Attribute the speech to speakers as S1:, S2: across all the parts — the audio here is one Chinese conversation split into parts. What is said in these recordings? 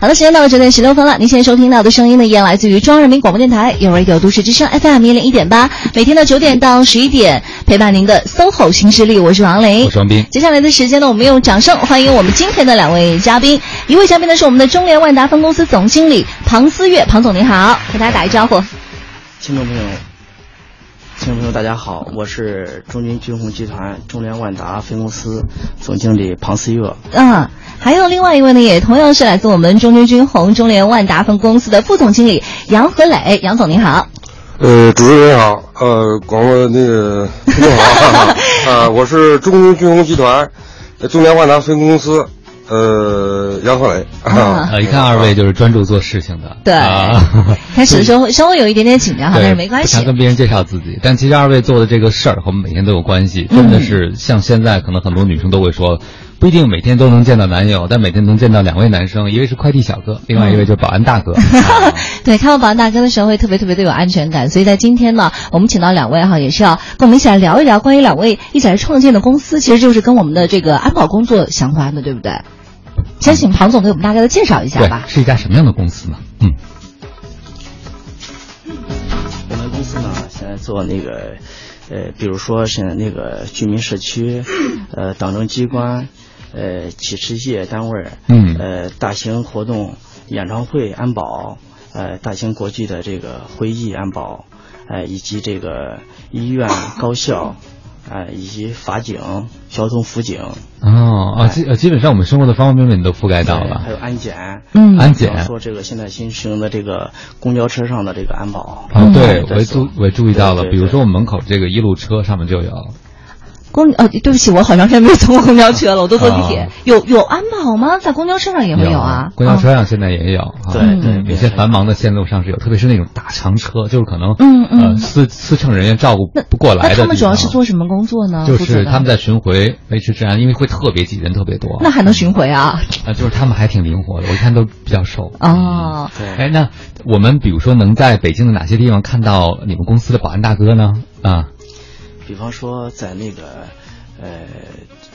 S1: 好的，时间到了九点十六分了。您现在收听到的声音呢，依然来自于中央人民广播电台有 Radio 都市之声 FM 一零一点八，每天的九点到十一点陪伴您的 SOHO 新势力，我是王雷
S2: 我。是王斌。
S1: 接下来的时间呢，我们用掌声欢迎我们今天的两位嘉宾。一位嘉宾呢是我们的中联万达分公司总经理庞思月，庞总您好，给大家打一招呼。
S3: 听众朋友，听众朋友，大家好，我是中军军宏集团中联万达分公司总经理庞思月。
S1: 嗯，还有另外一位呢，也同样是来自我们中军军宏中联万达分公司的副总经理杨和磊，杨总您好。
S4: 呃，主持人好，呃，广播那个听众好， 啊，我是中军军工集团呃中联万达分公司，呃，杨鹤磊啊，
S2: 呃，一看二位就是专注做事情的，
S1: 对
S2: 啊、
S1: 开始的时候稍微有一点点紧张哈，
S2: 对
S1: 但是没关
S2: 不
S1: 系
S2: 想。跟别人介绍自己，但其实二位做的这个事儿和我们每天都有关系，真
S1: 嗯
S2: 的是像现在可能很多女生都会说，不一定每天都能见到男友，但每天能见到两位男生，一位是快递小哥，另外一位就是保安大哥。
S1: 嗯
S2: 啊
S1: 对，看到保安大哥的时候会特别特别的有安全感，所以在今天呢，我们请到两位哈，也是要跟我们一起来聊一聊关于两位一起来创建的公司，其实就是跟我们的这个安保工作相关的，对不对？先请庞总给我们大概的介绍一下
S2: 对
S1: 吧，。
S2: 是一家什么样的公司呢？嗯，
S3: 我们公司呢，现在做那个，呃，比如说是那个居民社区，呃，党政机关，呃，企事业单位，
S2: 嗯
S3: 呃，大型活动、演唱会安保，呃，大型国际的这个会议安保，呃，以及这个医院、高校，呃，以及法警、交通辅警，
S2: 哦啊，基呃基本上我们生活的方方面面都覆盖到
S3: 还
S2: 了。
S3: 有安检，
S1: 嗯
S2: 安
S3: 比
S2: 检
S3: 方说这个现在新实行的这个公交车上的这个安保，
S2: 啊，对，
S3: 嗯
S2: 我也注我也注意到了，
S3: 对对
S2: 比如
S3: 对
S2: 说我们门口这个一路车上面就有，
S1: 公呃，对不起，我好长时间没有坐过公交车了，我都坐地铁。
S2: 啊
S1: 有有安保吗？在公交车上也会啊。
S2: 公交
S1: 哦。
S2: 车上现在也有。啊
S3: 对
S1: 嗯
S3: 对，
S2: 有些繁忙的线路上是有，特别是那种大长车，就是可能，
S1: 嗯嗯
S2: 呃，司司乘人员照顾
S1: 那
S2: 不过来
S1: 那
S2: 的
S1: 他们
S2: 地
S1: 主要
S2: 方
S1: 是做什么工作呢？
S2: 就
S1: 负责
S2: 是
S1: 的
S2: 他们在巡回维持治安，因为会特别挤，人特别多。
S1: 那还能巡回啊？
S2: 啊，就是他们还挺灵活的，我一看都比较瘦。
S1: 哦，
S3: 对
S2: 哎，那我们比如说能在北京的哪些地方看到你们公司的保安大哥呢？啊，
S3: 比方说在那个呃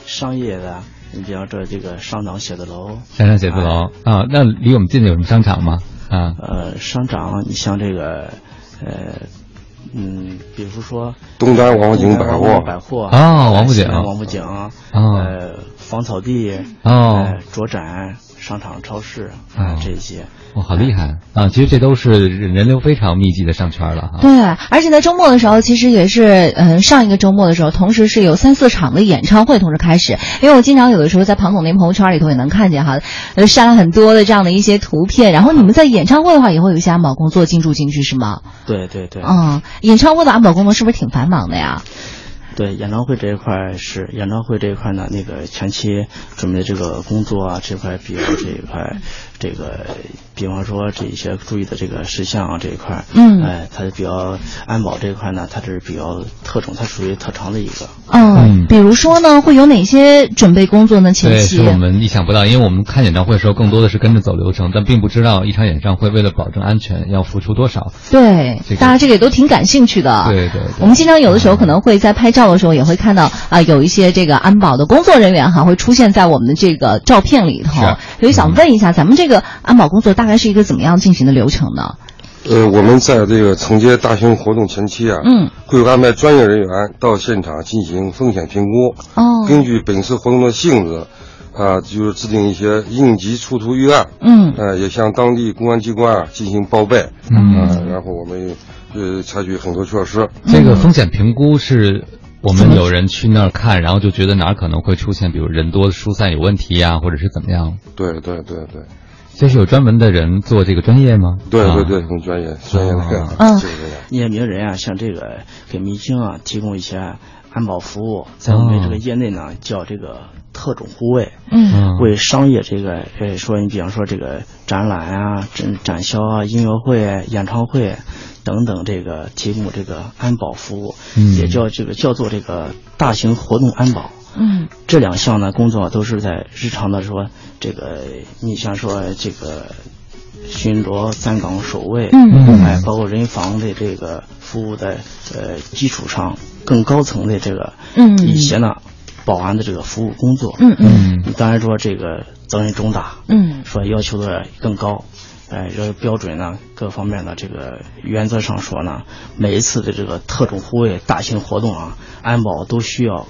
S3: 商业的，你比方说这个商场写字楼，
S2: 山上写字楼啊，那离我们近的有什么商场吗？啊，
S3: 呃商场，你像这个呃嗯，比如说
S4: 东单王府井
S3: 东
S4: 百
S3: 单
S4: 货
S3: 百货
S2: 哦王府井
S3: 西南王府井，呃芳草地，
S2: 哦
S3: 呃卓展商场、超市
S2: 哦
S3: 啊这一些，
S2: 哇，好厉害啊！其实这都是人流非常密集的商圈了哈。
S1: 对，而且在周末的时候，其实也是，嗯，上一个周末的时候，同时是有三四场的演唱会同时开始。因为我经常有的时候在庞总那朋友圈里头也能看见哈，呃，晒了很多的这样的一些图片。然后你们在演唱会的话，也会有一些安保工作进驻进去是吗？
S3: 对对对，
S2: 哦
S1: 嗯，演唱会的安保工作是不是挺繁忙的呀？
S3: 对演唱会这一块儿是演唱会这一块呢，那个前期准备这个工作啊，这块比如这一块儿，这个比方说这一些注意的这个事项啊这一块儿，
S1: 嗯
S3: 哎，它是比较安保这一块呢，它是比较特种，它属于特长的一个。
S1: 嗯，比如说呢，会有哪些准备工作呢？前
S2: 对，
S1: 期
S2: 是我们意想不到，因为我们看演唱会的时候，更多的是跟着走流程，但并不知道一场演唱会为了保证安全要付出多少。
S1: 对
S2: 这个
S1: 大家这个也都挺感兴趣的。
S2: 对对对
S1: 啊我们经常有的时候可能会在拍照的时候也会看到啊、有一些这个安保的工作人员哈会出现在我们的这个照片里头
S2: 是，
S1: 所以想问一下，咱们这个安保工作大概是一个怎么样进行的流程呢？
S4: 呃，我们在这个承接大型活动前期啊，
S1: 嗯，
S4: 会有安排专业人员到现场进行风险评估，
S1: 哦
S4: 根据本次活动的性质，啊，就是制定一些应急出图预案，
S1: 嗯
S4: 呃，也向当地公安机关啊进行报备，
S2: 嗯
S4: 啊，然后我们呃采取很多措施，
S2: 这
S1: 嗯
S2: 个风险评估是我们有人去那儿看，然后就觉得哪儿可能会出现，比如人多疏散有问题呀、或者是怎么样。
S4: 对对对对。
S2: 这是有专门的人做这个专业吗？
S4: 对对
S2: 啊，
S4: 对，很专业，专业的，
S1: 嗯
S4: 就是这样。
S3: 业名人啊，像这个给民警啊提供一些安保服务，在我们这个业内呢叫这个特种护卫。
S1: 哦嗯
S2: 嗯，
S3: 为商业这个，呃，说你比方说这个展览啊、展展销啊、音乐会、演唱会等等，这个提供这个安保服务，
S2: 嗯
S3: 也叫这个叫做这个大型活动安保。
S1: 嗯
S3: 这两项呢工作都是在日常的说这个，你像说这个巡逻、站岗守卫，
S1: 嗯
S3: 哎，包括人防的这个服务的呃基础上更高层的这个
S1: 嗯
S3: 一些呢，保安的这个服务工作。
S1: 嗯嗯
S2: 嗯
S3: 当然说这个责任重大，
S1: 嗯
S3: 说要求的更高，呃，这个标准呢，各方面的这个原则上说呢，每一次的这个特种护卫大型活动啊，安保都需要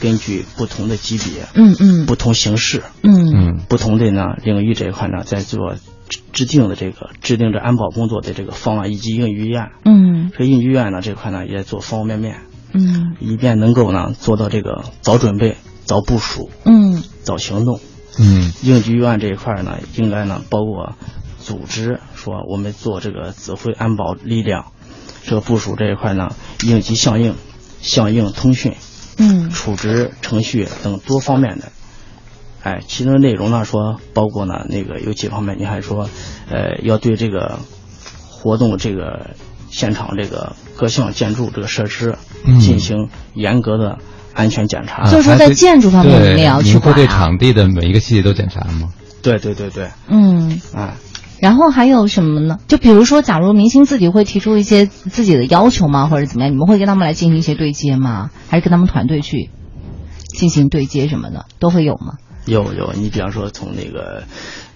S3: 根据不同的级别、
S1: 嗯嗯
S3: 不同形式、
S1: 嗯
S2: 嗯
S3: 不同的呢领域这一块呢，在做制制定的这个制定着安保工作的这个方案以及应急预案。
S1: 嗯
S3: 这应急预案呢这块呢，也做方方面面，
S1: 嗯
S3: 以便能够呢做到这个早准备、早部署、
S1: 嗯
S3: 早行动。
S2: 嗯
S3: 应急预案这一块儿呢，应该呢包括组织说我们做这个指挥安保力量这个部署这一块呢，应急响应、响应通讯、
S1: 嗯
S3: 处置程序等多方面的。哎，其中内容呢说包括呢那个有几方面，你还说，呃，要对这个活动这个现场这个各项建筑这个设施
S2: 嗯
S3: 进行严格的安全检查。
S1: 就是说在建筑方面
S2: 啊对
S1: 你也要去
S2: 您会
S1: 管
S2: 对
S1: 啊
S2: 场地的每一个细节都检查吗？
S3: 对对对对，
S1: 嗯，
S3: 哎。
S1: 然后还有什么呢？就比如说，假如明星自己会提出一些自己的要求吗，或者怎么样？你们会跟他们来进行一些对接吗？还是跟他们团队去进行对接什么的，都会有吗？
S3: 有有，你比方说从那个，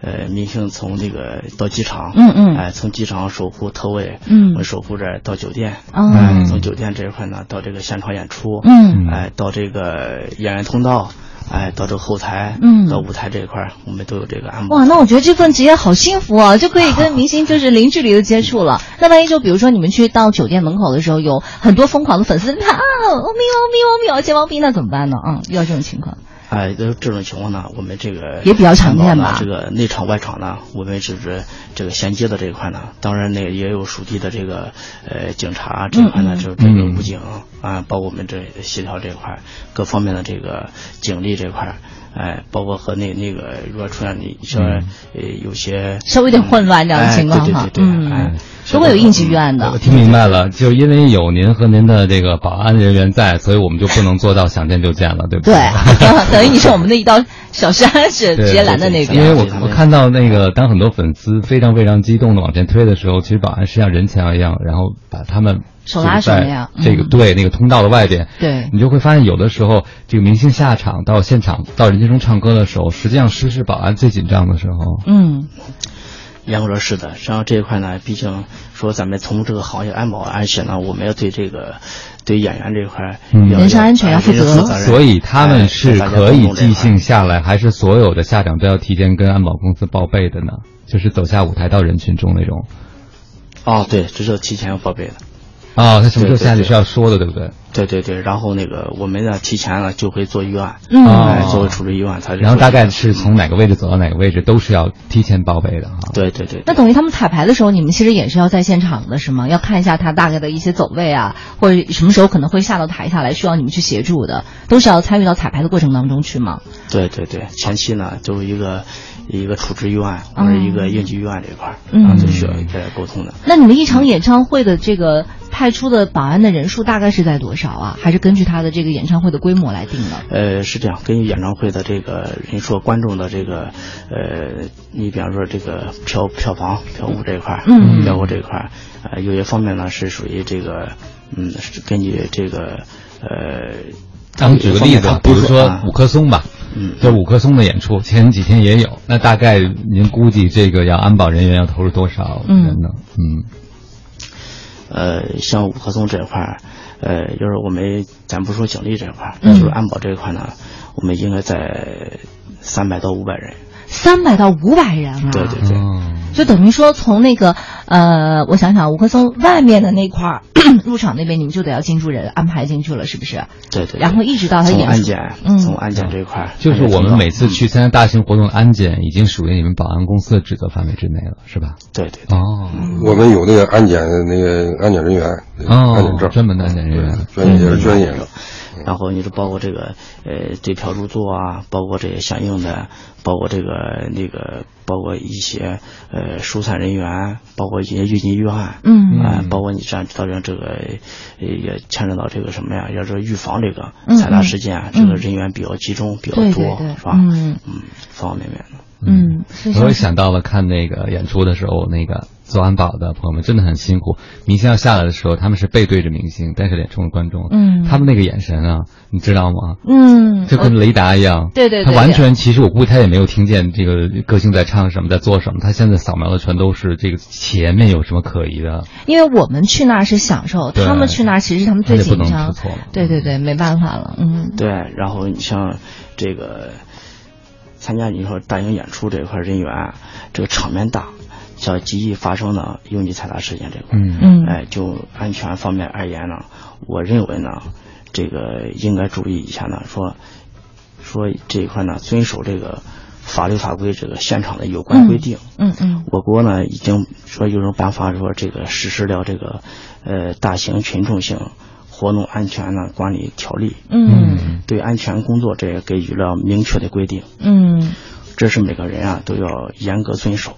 S3: 呃，明星从那个到机场，
S1: 嗯嗯
S3: 哎、从机场守护特卫，
S1: 嗯
S3: 我守护这儿到酒店，哎
S1: 啊，
S2: 嗯
S3: 从酒店这一块呢到这个现场演出，
S1: 嗯
S3: 哎、到这个演员通道，哎、到这个后台，
S1: 嗯
S3: 到舞台这一块儿，我们都有这个
S2: 嗯
S3: 安排。
S1: 哇，那我觉得这份职业好幸福 啊，就可以跟明星就是零距离的接触了。那万一就比如说你们去到酒店门口的时候，有很多疯狂的粉丝在那喊啊，欧米欧米欧米，接猫咪，那怎么办呢？嗯，遇到这种情况，
S3: 哎，这这种情况呢，我们这个
S1: 也比较常见吧
S3: 安保呢这个内场外场呢，我们只是这个衔接的这一块呢，当然那个也有属地的这个呃警察这一块呢，
S1: 嗯嗯
S3: 就是这个
S2: 嗯
S3: 武警啊，包括我们这协调这一块各方面的这个警力这一块。哎，包括和那那个，如果出现你说
S2: 嗯
S3: 呃有些
S1: 稍微有点混乱这样的情况哈
S3: 哎、对对对对，
S1: 嗯
S3: 哎，
S1: 都会有应急预案
S2: 我
S1: 的。
S2: 听明白了，就是因为有您和您的这个保安人员在，所以我们就不能做到想见就见了，对啊不
S1: 对， 等于你是我们的一道小山，是直接拦在那
S2: 因
S1: 边。
S2: 为我我看到那个，当很多粉丝非常非常激动的往前推的时候，其实保安是像人墙一样，然后把他们
S1: 手拉手那样
S2: 堵在这个
S1: 嗯
S2: 对那个通道的外边，
S1: 对
S2: 你就会发现有的时候，这个明星下场到现场到人群中唱歌的时候，实际上是是保安最紧张的时候。
S1: 嗯
S3: 严格说是的，然后这一块呢，毕竟说咱们从这个行业安保安全呢，我们要对这个对演员这一块
S2: 嗯
S3: 要
S1: 人身安全要负责
S3: 人身责任
S2: 所以他们
S3: 哎
S2: 是
S3: 大家
S2: 可以
S3: 共同这一
S2: 即
S3: 块
S2: 兴下来，还是所有的下场都要提前跟安保公司报备的呢？就是走下舞台到人群中那种。
S3: 哦，对，这是提前要报备的。
S2: 啊，他什么时候
S3: 对对
S2: 下去
S3: 对
S2: 是要说的，对不对？
S3: 对对对，然后那个我们呢，提前呢就会做预案，
S1: 嗯
S3: 哎
S2: 哦
S3: 作为处置预案，它
S2: 然后大概是从哪个位置走到哪个位置，都是要提前报备的哈。
S3: 对对对，
S1: 那等于他们彩排的时候，你们其实也是要在现场的，是吗？要看一下他大概的一些走位啊，或者什么时候可能会下到台下来，需要你们去协助的，都是要参与到彩排的过程当中去吗？
S3: 对对对，前期呢就是一个一个处置预案或
S1: 嗯
S3: 者一个应急预案这一块儿，
S1: 嗯
S3: 啊，都需要大家沟通的。
S1: 那你们一场演唱会的这个派出的保安的人数大概是在多少啊？还是根据他的这个演唱会的规模来定的？
S3: 呃，是这样，根据演唱会的这个人数、观众的这个，呃，你比方说这个票票房、票务这一块儿，
S1: 嗯
S3: 票务这一块儿，呃，有些方面呢是属于这个，嗯，是根据这个，呃，
S2: 咱们举个例子
S3: 它，
S2: 比
S3: 不
S2: 如
S3: 是
S2: 说
S3: 啊
S2: 五棵松吧，
S3: 嗯
S2: 这五棵松的演出前几天也有，那大概您估计这个要安保人员要投入多少人呢？嗯
S3: 呃，像五棵松这一块儿，呃，就是我们咱不说警力这一块儿，
S1: 嗯
S3: 就是安保这一块呢，我们应该在三百到五百人，
S1: 三百到五百人啊！
S3: 对对对。
S2: 嗯
S1: 就等于说从那个呃，我想想，五棵松外面的那块儿 入场那边，你们就得要进驻人安排进去了，是不是？
S3: 对对，
S1: 然后一直到他
S3: 从
S1: 演
S3: 安
S1: 出
S3: 检，
S1: 嗯
S3: 从安检这一块儿，
S2: 就是我们每次
S3: 嗯
S2: 去参加大型活动的安检，已经属于你们保安公司的职责范围之内了，是吧？
S3: 对对
S2: 哦
S1: 嗯
S4: 我们有那个安检的那个安检人员，安检
S2: 哦，
S4: 证，
S2: 专门的安检人员。
S4: 专业也是专业的。
S1: 嗯
S3: 然后你是包括这个呃对票入座啊，包括这些相应的，包括这个那个，包括一些呃疏散人员，包括一些应急预案，
S1: 嗯
S3: 啊、包括你这样到这这个呃也牵扯到这个什么呀，要是预防这个
S1: 嗯
S3: 踩踏事件啊，这个
S1: 嗯
S3: 人员比较集中，比较
S1: 对
S3: 多，
S1: 对对
S3: 是吧？
S1: 嗯
S3: 嗯，方方面面的。
S1: 嗯，所以
S2: 我
S1: 像
S2: 也想到了看那个演出的时候，那个做安保的朋友们真的很辛苦。明星要下来的时候，他们是背对着明星，但是脸冲着观众，
S1: 嗯
S2: 他们那个眼神啊，你知道吗？
S1: 嗯，
S2: 就跟雷达一样，
S1: 对对对
S2: 他完全其实我估计他也没有听见这个歌星在唱什么，在做什么，他现在扫描的全都是这个前面有什么可疑的，
S1: 因为我们去那儿是享受，
S2: 对
S1: 他们去那儿其实他们最
S2: 那就
S1: 紧
S2: 不能
S1: 张
S2: 出错了。
S1: 对对对，没办法了，嗯，
S3: 对，然后你像这个参加你说大型演出这一块人员，这个场面大，像极易发生的拥挤踩踏事件这块，
S2: 嗯
S1: 嗯
S3: 哎，就安全方面而言呢，我认为呢，这个应该注意一下呢，说说这一块呢，遵守这个法律法规这个现场的有关规定。
S1: 嗯嗯
S3: 我国呢已经说有种办法说这个实施了这个呃大型群众性活动安全呢管理条例，
S1: 嗯
S3: 对安全工作这个给予了明确的规定，
S1: 嗯
S3: 这是每个人啊都要严格遵守。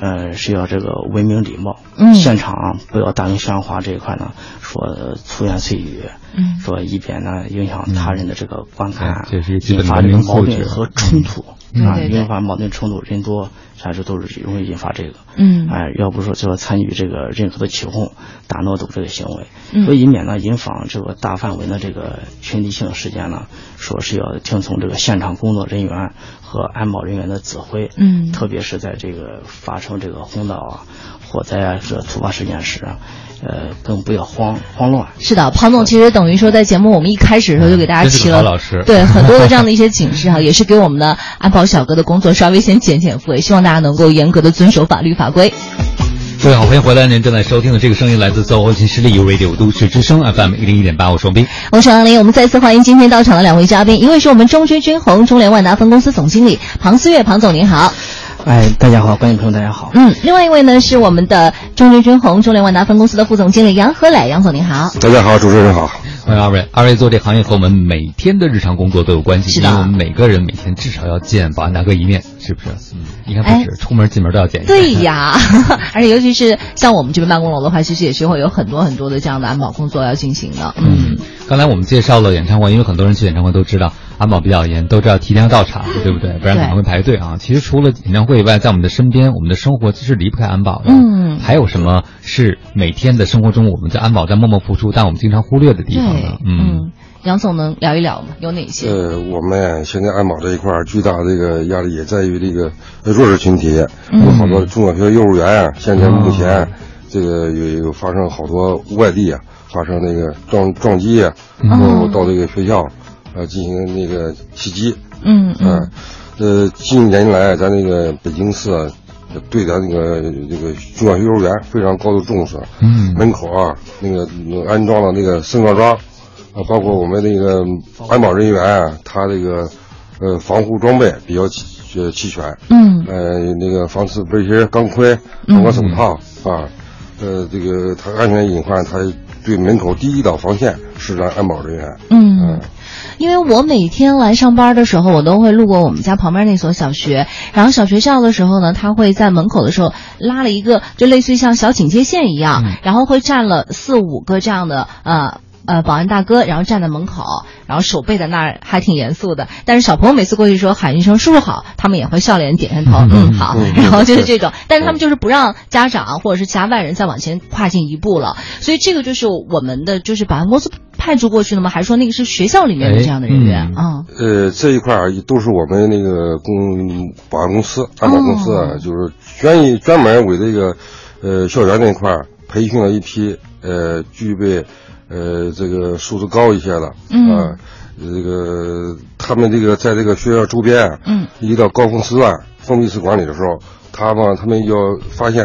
S3: 呃，是要这个文明礼貌，
S1: 嗯
S3: 现场啊不要大声喧哗这一块呢，说粗言碎语，
S1: 嗯
S3: 说以免呢影响他人的这个观看，
S2: 哎这是一个基
S3: 引
S2: 本
S3: 发
S2: 文
S3: 这个
S2: 明
S3: 矛
S2: 素
S3: 盾
S2: 质
S3: 和冲突、
S1: 嗯
S3: 啊，
S1: 对对对
S3: 引发矛盾冲突，人多啥时都是容易引发这个。
S1: 嗯
S3: 哎，要不说就要参与这个任何的起哄、打闹斗这个行为，
S1: 嗯
S3: 所以以免呢引发这个大范围的这个群体性事件呢，说是要听从这个现场工作人员和安保人员的指挥，
S1: 嗯
S3: 特别是在这个发生这个轰闹啊、火灾啊这突发事件时啊，呃，更不要慌慌乱。
S1: 是的，庞总其实等于说在节目我们一开嗯始的时候就给大家
S2: 真是个
S1: 提
S2: 好
S1: 了，
S2: 老师
S1: 对很多的这样的一些警示哈，也是给我们的安保小哥的工作稍微先减减负，也希望大家能够严格的遵守法律法规。
S2: 各位好，欢迎回来！您正在收听的这个声音来自 SOHO 新势力 Radio 都市之声 FM 一零一点八，我双斌。
S1: 我是王琳，我们再次欢迎今天到场的两位嘉宾，一位是我们中居君宏中联万达分公司总经理庞思月，庞总您好。
S3: 哎，大家好，观众朋友大家好。
S1: 嗯，另外一位呢是我们的中居君宏中联万达分公司的副总经理杨和磊，杨总您好。
S4: 大家好，主持人好。
S2: 欢迎二位，二位做这行业和我们每天的日常工作都有关系，
S1: 是
S2: 因
S1: 的
S2: 为我们每个人每天至少要见保安大哥一面，是不是？嗯，应该不止，出门进门都要 见一面。
S1: 哎对呀， 而且尤其是像我们这边办公楼的话，其实也是会有很多很多的这样的安保工作要进行的。
S2: 嗯，刚才我们介绍了演唱会，因为很多人去演唱会都知道安保比较严，都知道提前要到场，对不对？不然可能会排队啊。其实除了演唱会以外，在我们的身边，我们的生活其实离不开安保的。
S1: 嗯
S2: 还有什么是每天的生活中我们在安保在默默付出，但我们经常忽略的地方呢
S1: 对？，
S2: 嗯，
S1: 杨总能聊一聊吗？有哪些？
S4: 呃，我们啊现在安保这一块儿巨大的这个压力也在于这个呃弱势群体，有好多中小学、幼儿园啊，现在目前啊这个有有发生好多外地啊发生那个撞撞击啊，然后到这个学校呃进行那个袭击，
S1: 嗯
S4: 嗯，呃，近年来咱那个北京市啊，对咱那个这个中小学、幼儿园非常高度重视。
S2: 嗯
S4: 门口啊，那个嗯安装了那个升降桩，啊，包括我们那个安保人员啊，他这个呃防护装备比较齐呃齐全。
S1: 嗯
S4: 呃，那个防刺背心、钢盔、
S1: 嗯
S4: 防光手套、啊，呃，这个他安全隐患，他对门口第一道防线是咱安保人员。
S1: 嗯，因为我每天来上班的时候，我都会路过我们家旁边那所小学，然后小学校的时候呢，他会在门口的时候拉了一个，就类似于像小警戒线一样，
S2: 嗯
S1: 然后会站了四五个这样的呃。呃，保安大哥，然后站在门口，然后手背在那儿，还挺严肃的。但是小朋友每次过去说喊一声“叔叔好”，他们也会笑脸点点头，嗯好，
S4: 嗯
S1: 然后就是这嗯种。但是他们就是不让家长或者是其他外人再往前跨进一步了。所以这个就是我们的，就是保安公司派驻过去的吗？还是说那个是学校里面的这样的人员
S2: 哎
S1: 啊？
S4: 呃，这一块儿都是我们那个公保安公司、安保公司啊，
S1: 哦
S4: 就是专一专门为这个呃校园那块儿培训了一批呃具备呃这个素质高一些的，
S1: 嗯
S4: 啊，这个他们这个在这个学校周边啊，
S1: 嗯
S4: 一到高峰时段封闭式管理的时候，他们他们要发现。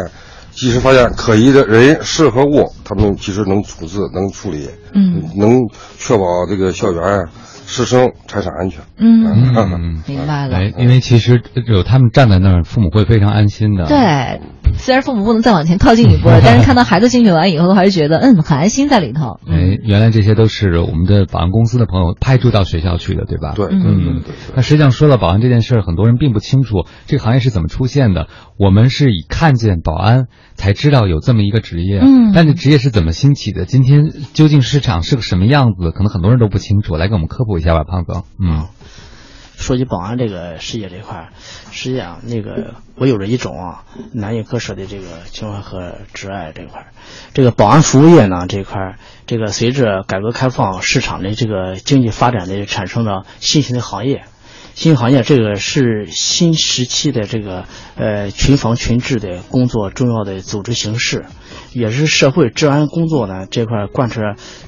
S4: 及时发现可疑的人、事和物，他们及时能处置、能处理，
S1: 嗯，
S4: 能确保这个校园啊师生财产安全。
S1: 嗯，
S2: 嗯，
S1: 明白了。
S2: 哎，因为其实有他们站在那儿，父母会非常安心的。。
S1: 对，虽然父母不能再往前靠近一步了，但是看到孩子进去玩以后，还是觉得嗯很安心在里头。嗯
S2: 哎，原来这些都是我们的保安公司的朋友派驻到学校去的，对吧？
S4: 对，对对对
S2: 嗯，那实际上说到保安这件事儿，很多人并不清楚这个行业是怎么出现的。我们是以看见保安才知道有这么一个职业，
S1: 嗯
S2: 但这职业是怎么兴起的？今天究竟市场是个什么样子？可能很多人都不清楚，来给我们科普一下吧，胖总。嗯
S3: 说起保安这个事业这块儿，实际上那个我有着一种啊难以割舍的这个情怀和挚爱这块儿。这个保安服务业呢这块儿，这个随着改革开放市场的这个经济发展的产生了新型的行业。新行业这个是新时期的这个呃群防群治的工作重要的组织形式，也是社会治安工作呢这块贯彻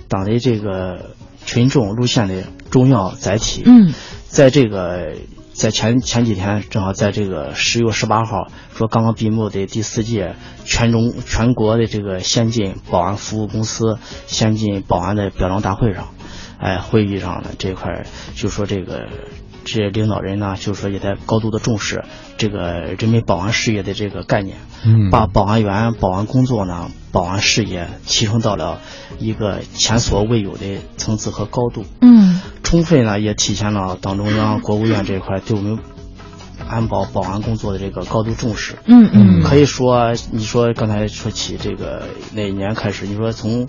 S3: 党的这个群众路线的重要载体。
S1: 嗯，
S3: 在这个在前前几天正好在这个十月十八号说刚刚闭幕的第四届全中全国的这个先进保安服务公司先进保安的表彰大会上，哎、会议上呢这块儿就说这个。这些领导人呢，就是说也在高度的重视这个人民保安事业的这个概念，
S2: 嗯
S3: 把保安员、保安工作呢、保安事业提升到了一个前所未有的层次和高度。
S1: 嗯
S3: 充分呢也体现了党中央、国务院这一块对我们安保保安工作的这个高度重视。
S1: 嗯嗯
S3: 可以说，你说刚才说起这个哪年开始？你说从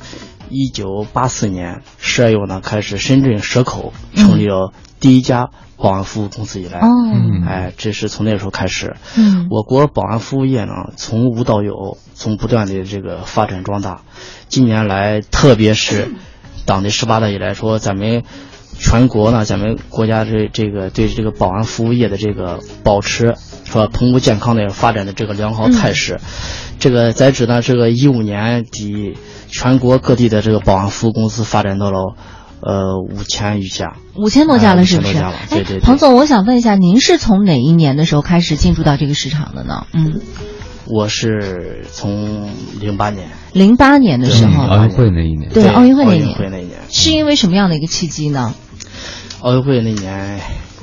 S3: 一九八四年十二月呢开始，深圳蛇口成立了第一家保安服务公司以来，
S1: 嗯哦
S2: 嗯
S3: 哎，这是从那时候开始。
S1: 嗯
S3: 我国保安服务业呢，从无到有，从不断的这个发展壮大。近年来，特别是党的十八大以来说，咱们全国呢，咱们国家这这个对这个保安服务业的这个保持说蓬勃健康的发展的这个良好态势，这个在指呢，这个一五年底，全国各地的这个保安服务公司发展到了呃五千余家。
S1: 五千多家了，
S3: 哎
S1: 是不是？
S3: 5000多家了对对对
S1: 彭总，我想问一下，您是从哪一年的时候开始进入到这个市场的呢？嗯，
S3: 我是从零八年
S1: 零八年的时
S2: 嗯
S1: 候，
S2: 奥运会那一年，
S1: 对奥运会那
S3: 那
S1: 年
S3: 会那年。
S1: 是因为什么样的一个契机呢？
S3: 奥运会那年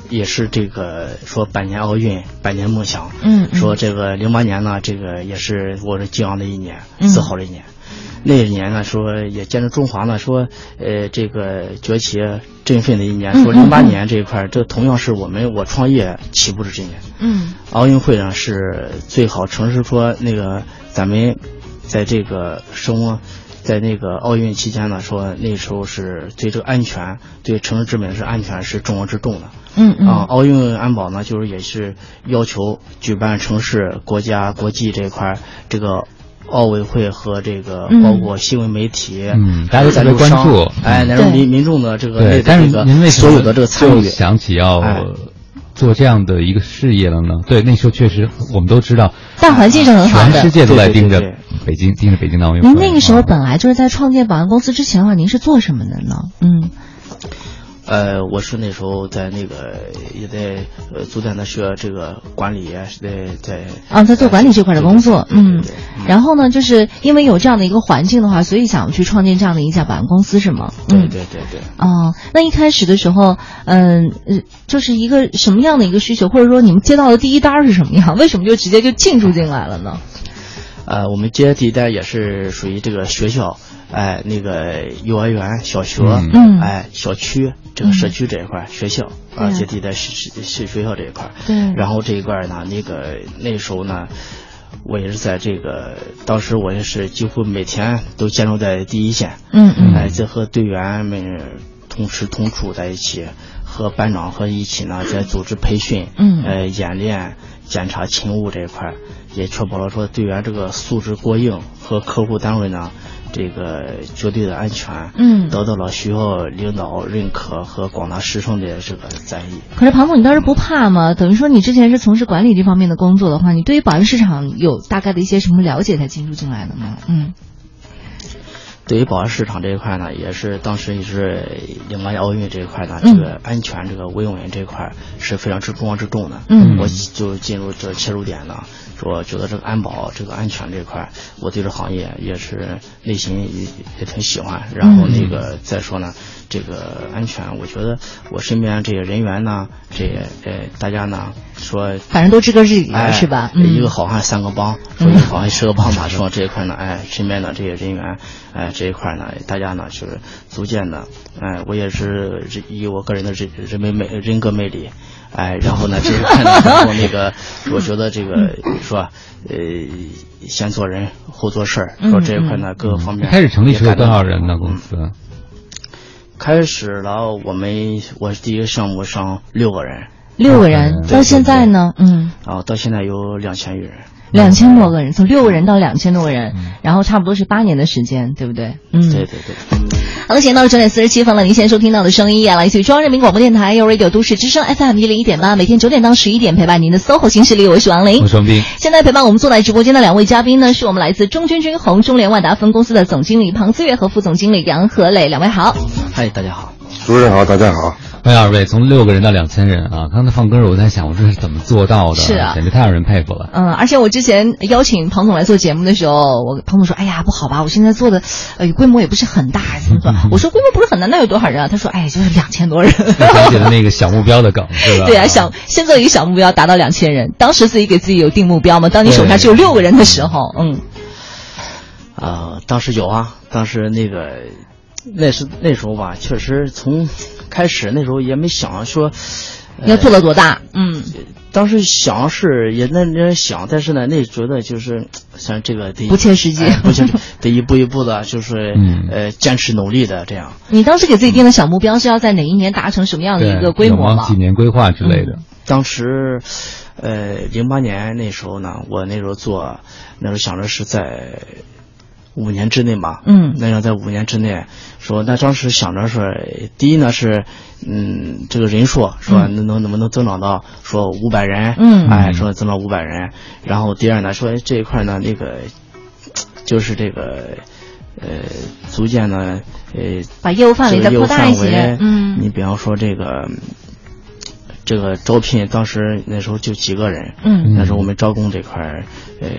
S3: 也是这个说百年奥运，百年梦想。
S1: 嗯嗯
S3: 说这个零八年呢，这个也是我是骄傲的一年，
S1: 嗯
S3: 自豪的一年。那一年呢，说也见证中华呢，说呃这个崛起振奋的一年。
S1: 嗯
S3: 说
S1: 嗯
S3: 零八年这一块儿，这同样是我们我创业起步的这一年。
S1: 嗯
S3: 奥运会呢是最好城市说那个咱们在这个呃生活。在那个奥运期间呢，说那时候是对这个安全，对城市治理是安全是重中之重的。
S1: 嗯嗯
S3: 啊，奥运安保呢，就是也是要求举办城市、国家、国际这一块儿这个奥委会和这个
S1: 嗯
S3: 包括新闻媒体，
S2: 嗯大家都特别
S3: 赞助商
S2: 关注
S3: 哎，
S2: 嗯
S3: 然后
S1: 对
S3: 民民众的这个
S2: 对，
S3: 类
S2: 但
S3: 的
S2: 是
S3: 这
S2: 您为
S3: 个
S2: 什
S3: 所
S2: 么
S3: 有的这个参
S2: 就
S3: 与，
S2: 想起要
S3: 哎
S2: 做这样的一个事业了呢？对，那时候确实我们都知道，
S1: 大环境是很好
S2: 全世
S1: 的。
S2: 界都在
S3: 对对
S2: 盯着
S3: 对
S2: 北京，盯着北京的奥运会。
S1: 您那个时候
S2: 啊
S1: 本来就是在创建保安公司之前的话，您是做什么的呢？嗯
S3: 呃，我是那时候在那个也在呃组建的学这个管理，在在
S1: 啊，在做管理这块的工作，
S3: 对对对
S1: 嗯
S3: 对对，
S1: 然后呢，就是因为有这样的一个环境的话，所以想去创建这样的一家保安公司是吗？
S3: 对
S1: 嗯，
S3: 对对对。
S1: 哦，那一开始的时候，嗯、呃，就是一个什么样的一个需求，或者说你们接到的第一单儿是什么样？为什么就直接就进驻进来了呢？
S3: 呃，我们接地带也是属于这个学校，哎、那个幼儿园、小学，
S2: 嗯
S1: 嗯
S3: 哎、小区这个社区这一块儿，学校
S1: 对啊
S3: 啊，接地带学学学校这一块儿，
S1: 对
S3: 然后这一块儿呢，那个那时候呢。我也是在这个，当时我也是几乎每天都建筑在第一线，
S1: 嗯嗯
S3: 哎，这和队员们同吃同处在一起，和班长和一起呢，在组织培训，
S1: 嗯
S3: 呃，演练、检查勤务这一块儿，也确保了说队员这个素质过硬和客户单位呢，这个绝对的安全，
S1: 嗯
S3: 得到了学校领导认可和广大师生的这个赞誉。
S1: 可是庞总，你当时不怕吗？等于说你之前是从事管理这方面的工作的话，你对于保安市场有大概的一些什么了解才进驻进来的吗？嗯
S3: 对于保安市场这一块呢，也是当时也是零八年奥运这一块呢，
S1: 嗯
S3: 这个安全、这个维稳这一块是非常之重要之重的。
S1: 嗯
S3: 我就进入这切入点呢，说觉得这个安保、这个安全这一块，我对这行业也是内心也也挺喜欢。然后那个再说呢，这个安全，我觉得我身边这个人员呢，这呃大家呢说
S1: 反正都知根知底了
S3: 哎，
S1: 是吧嗯
S3: 一个好汉三个帮，说一个好汉十个帮嘛，说这一块呢，哎，身边的这些人员，哎，这一块呢，大家呢就是逐渐的，哎，我也是以我个人的人人为魅人格魅力，哎，然后呢，这一块呢，然后那个，我觉得这个说，呃，先做人后做事儿，说这一块呢，各个方面
S2: 开始成立时候有
S3: 也干
S2: 多
S3: 得很
S2: 少
S3: 好
S2: 人呢？公司？
S1: 嗯
S3: 开始了，我们我第一个项目上六个人，
S1: 六个人，
S2: 对
S1: 到现在呢，嗯，
S3: 然后到现在有两千余人。
S1: 两千多个人，从六个人到两千多个人，
S2: 嗯
S1: 然后差不多是八年的时间，对不对？嗯，
S3: 对对对。
S1: 好的，时间到了九点四十七分了。您现在收听到的声音啊，来自于中央人民广播电台 u Radio 都市之声 FM 一零一点八，每天九点到十一点陪伴您的 SOHO 新势力，我是王琳
S2: 我。双斌，
S1: 现在陪伴我们坐在直播间的两位嘉宾呢，是我们来自中军军红中联万达分公司的总经理庞思月和副总经理杨和磊，两位好。
S3: 嗨，大家好。
S4: 主任好，大家好。
S2: 欢哎迎二位，从六个人到两千人啊！刚才放歌儿，我在想，我这是怎么做到的？
S1: 是啊
S2: 简直太让人佩服了。
S1: 嗯，而且我之前邀请庞总来做节目的时候，我庞总说：“哎呀，不好吧，我现在做的，呃，规模也不是很 大，怎么做？”我说：“规模不是很大，那有多少人啊？”他说：“哎，就是两千多人。”
S2: 我想起了那个小目标的梗，是吧？
S1: 对啊，想先做一个小目标，达到两千人。当时自己给自己有定目标嘛，当你手
S2: 对
S1: 上只有六个人的时候，嗯，
S3: 啊、当时有啊，当时那个那是那时候吧，确实从开始那时候也没想说、呃
S1: 要做到多大？嗯，
S3: 当时想是也那那想，但是呢，那觉得就是像这个得
S1: 不切实际
S3: 哎不切实际得一步一步的，就是、
S2: 嗯
S3: 呃坚持努力的这样。
S1: 你当时给自己定的小目标是要在哪一年达成什么样的
S2: 对
S1: 一个规模嗯
S2: 有吗
S1: 吗
S2: 几？年规划之类的。
S3: 当时，呃，零八年那时候呢，我那时候做，那时候想着是在五年之内嘛，
S1: 嗯
S3: 那要在五年之内，说那当时想着说，呃第一呢是，嗯，这个人数说能能能不能增长到说五百人，
S1: 嗯
S3: 哎，说增长五百人，然后第二呢说这一块呢那个，就是这个，呃，逐渐呢，呃，
S1: 把业务范围再扩大一
S3: 这个业务
S1: 些
S3: 范围。你
S1: 嗯
S3: 比方说这个，这个招聘，当时那时候就几个人，
S1: 嗯，
S3: 那时候我们招工这块儿，呃，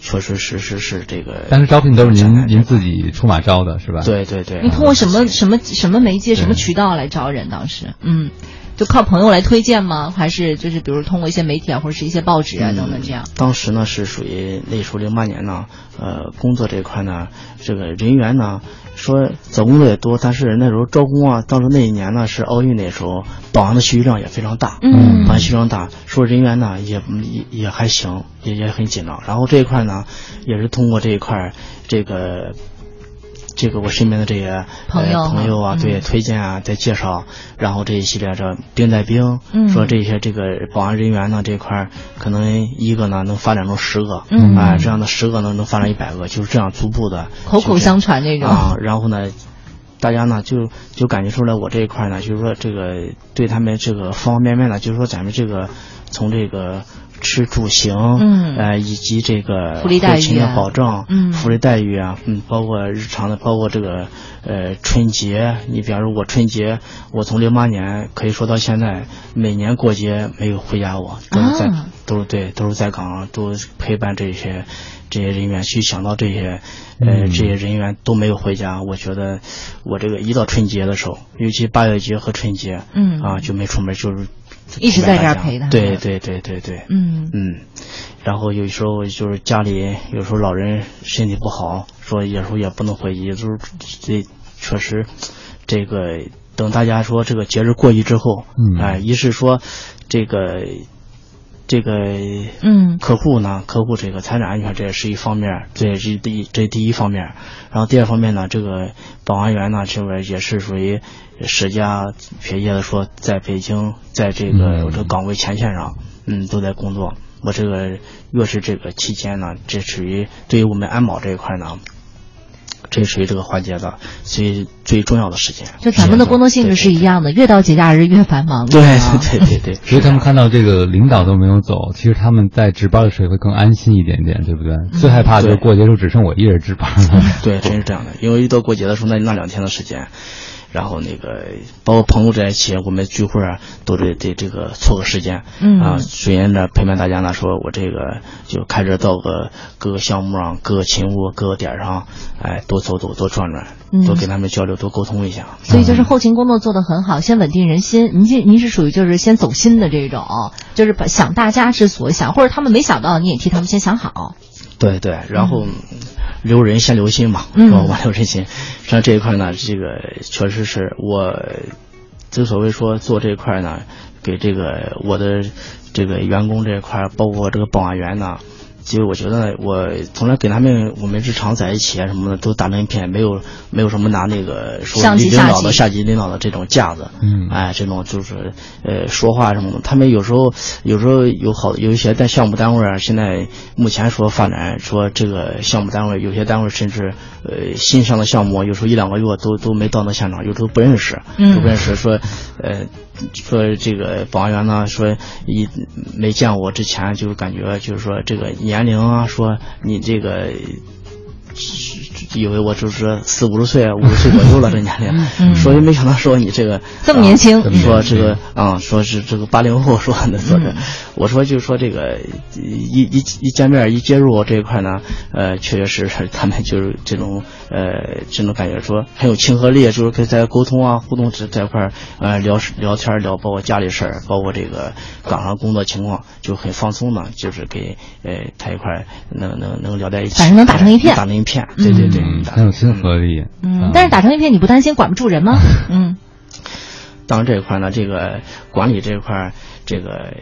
S3: 确实实实是这个。
S2: 但是招聘都是
S1: 啊
S3: 这个
S2: 您您自己出马招的，是吧？。
S3: 对对对
S1: 你，通过什么什么什么媒介、什么渠道来招人？当时，嗯。就靠朋友来推荐吗？还是就是比如通过一些媒体啊，或者是一些报纸啊等等这样？
S3: 嗯当时呢是属于那时候零八年呢，呃，工作这块呢，这个人员呢，说找工作也多，但是那时候招工啊，当时那一年呢是奥运那时候，榜样的需求量也非常大，
S1: 嗯
S3: 榜样需求量大，说人员呢也也也还行，也也很紧张。然后这一块呢，也是通过这一块儿这个。这个我身边的这些呃
S1: 朋友
S3: 朋友啊，
S1: 嗯
S3: 对推荐啊，再介绍，然后这一系列这兵带兵，
S1: 嗯
S3: 说这些这个保安人员呢这块儿，可能一个呢能发展成十个，
S1: 嗯
S3: 啊，这样的十个呢能发展一百个，就是这样逐步的
S1: 口口相传那种
S3: 啊。然后呢，大家呢就就感觉出来我这一块儿呢，就是说这个对他们这个方方面面呢，就是说咱们这个从这个吃住行，
S1: 嗯
S3: 呃，以及这个
S1: 福利待遇啊
S3: 后勤的保障，
S1: 嗯
S3: 福利待遇啊，嗯，包括日常的，包括这个呃春节，你比方说我春节，我从零八年可以说到现在，每年过节没有回家我，都是在、
S1: 啊
S3: 都是对，都是在岗，都是陪伴这些这些人员。去想到这些，呃，这些人员都没有回家，我觉得我这个一到春节的时候，尤其八月节和春节，
S1: 嗯
S3: 啊，就没出门，就是
S1: 一直在这儿陪他
S3: 他。对对对对对，
S1: 嗯
S3: 嗯，然后有时候就是家里有时候老人身体不好，说有时候也不能回去，也就是这确实这个等大家说这个节日过去之后，
S2: 嗯
S3: 哎、一是说这个这个
S1: 嗯
S3: 客户呢，客户这个财产安全这也是一方面，这也是第一，这第一方面。然后第二方面呢，这个保安员呢，这个也是属于十家学业的说，在北京，在这个
S2: 嗯
S3: 我这岗位前线上，嗯，都在工作。我这个越是这个期间呢，这属于对于我们安保这一块呢，这属于这个环节的最最重要的时间。
S1: 就咱们的工作性质是一样的，越到节假日越繁忙。
S3: 对
S1: 啊
S3: 对对 对，
S2: 所以他们看到这个领导都没有走，其实他们在值班的时候也会更安心一点点，对不对？
S1: 嗯
S2: 最害怕就是
S3: 对
S2: 过节时候只剩我一人值班 了。
S3: 对，真是这样的。因为一到过节的时候，那那两天的时间，然后那个包括朋友在一起，我们聚会啊，都得得这个凑个时间，
S1: 嗯
S3: 啊，虽然呢陪伴大家呢，说我这个就开车到个各个项目上、各个勤务、各个点儿上，哎，多走走，多转转
S1: 嗯，
S3: 多跟他们交流，多沟通一下。
S1: 所以就是后勤工作做得很好，先稳定人心。您这您是属于就是先走心的这种，就是把想大家之所想，或者他们没想到，你也替他们先想好。
S3: 对对，然后留人先留心嘛，
S1: 嗯
S3: 是吧？我留人心。实际上这一块呢，这个确实是我之所谓说做这一块呢，给这个我的这个员工这一块，包括这个保安员呢，就我觉得我从来给他们我们是常在一起啊什么的都打成一片，没有没有什么拿那个说
S1: 上级
S3: 领导的
S1: 下
S3: 下级领导的这种架子，
S2: 嗯
S3: 哎，这种就是呃说话什么的，他们有时候有时候有好有一些在项目单位啊，现在目前说发展说这个项目单位有些单位甚至呃新上的项目，有时候一两个月都都没到那现场，有时候不认识，
S1: 嗯
S3: 都不认识，说呃说这个保安员呢说一没见我之前就是感觉就是说这个年龄啊，说你这个。以为我就是四五十岁、啊五十岁左右了这年龄，所以没想到说你这个
S1: 这么年轻嗯
S3: 啊说这个啊、说是这个八零后说的，说是，我说就说这个一一一见面一接入这一块呢，呃，确确实实他们就是这种呃这种感觉说很有亲和力，就是跟在沟通啊互动这这块儿呃聊聊天儿聊包括家里事儿，包括这个岗上工作情况就很放松的，就是给呃他一块儿能能能聊在一起，
S1: 反正能打成一片
S3: 打成一片，对对对，
S2: 嗯，
S3: 打
S2: 很有亲和力。
S1: 嗯
S2: 啊，
S1: 但是打成一片，你不担心管不住 人吗？嗯
S3: 当然这一块呢，这个管理这一块儿，这个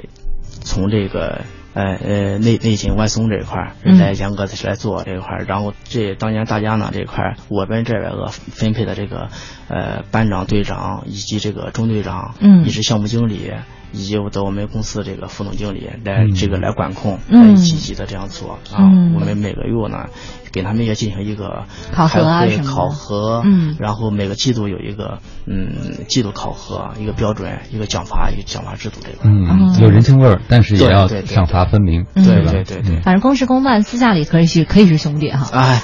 S3: 从这个呃呃内内紧外松这一块儿
S1: 嗯
S3: 来严格的来做这一块儿，然后这当年大家呢这一块儿，我们这边个分配的这个呃班长、队长以及这个中队长，
S1: 嗯
S3: 以及项目经理。以及我的我们公司这个副总经理来
S2: 嗯
S3: 这个来管控，
S1: 嗯
S3: 来积极的这样做啊
S1: 嗯。
S3: 我们每个月呢，给他们也进行一个
S1: 考核啊
S3: 开
S1: 什
S3: 会
S1: 么的
S3: 考核，
S1: 嗯
S3: 然后每个季度有一个嗯季度考核，一个标准，一个奖罚，一个奖罚制度这块。
S2: 嗯，有人情味儿，但是也
S3: 对
S2: 要
S3: 对对
S2: 赏罚分明，
S1: 嗯
S2: 对吧？
S3: 对对对对
S2: 嗯
S1: 反正公事公办，私下里可以是可以是兄弟哈。
S3: 哎，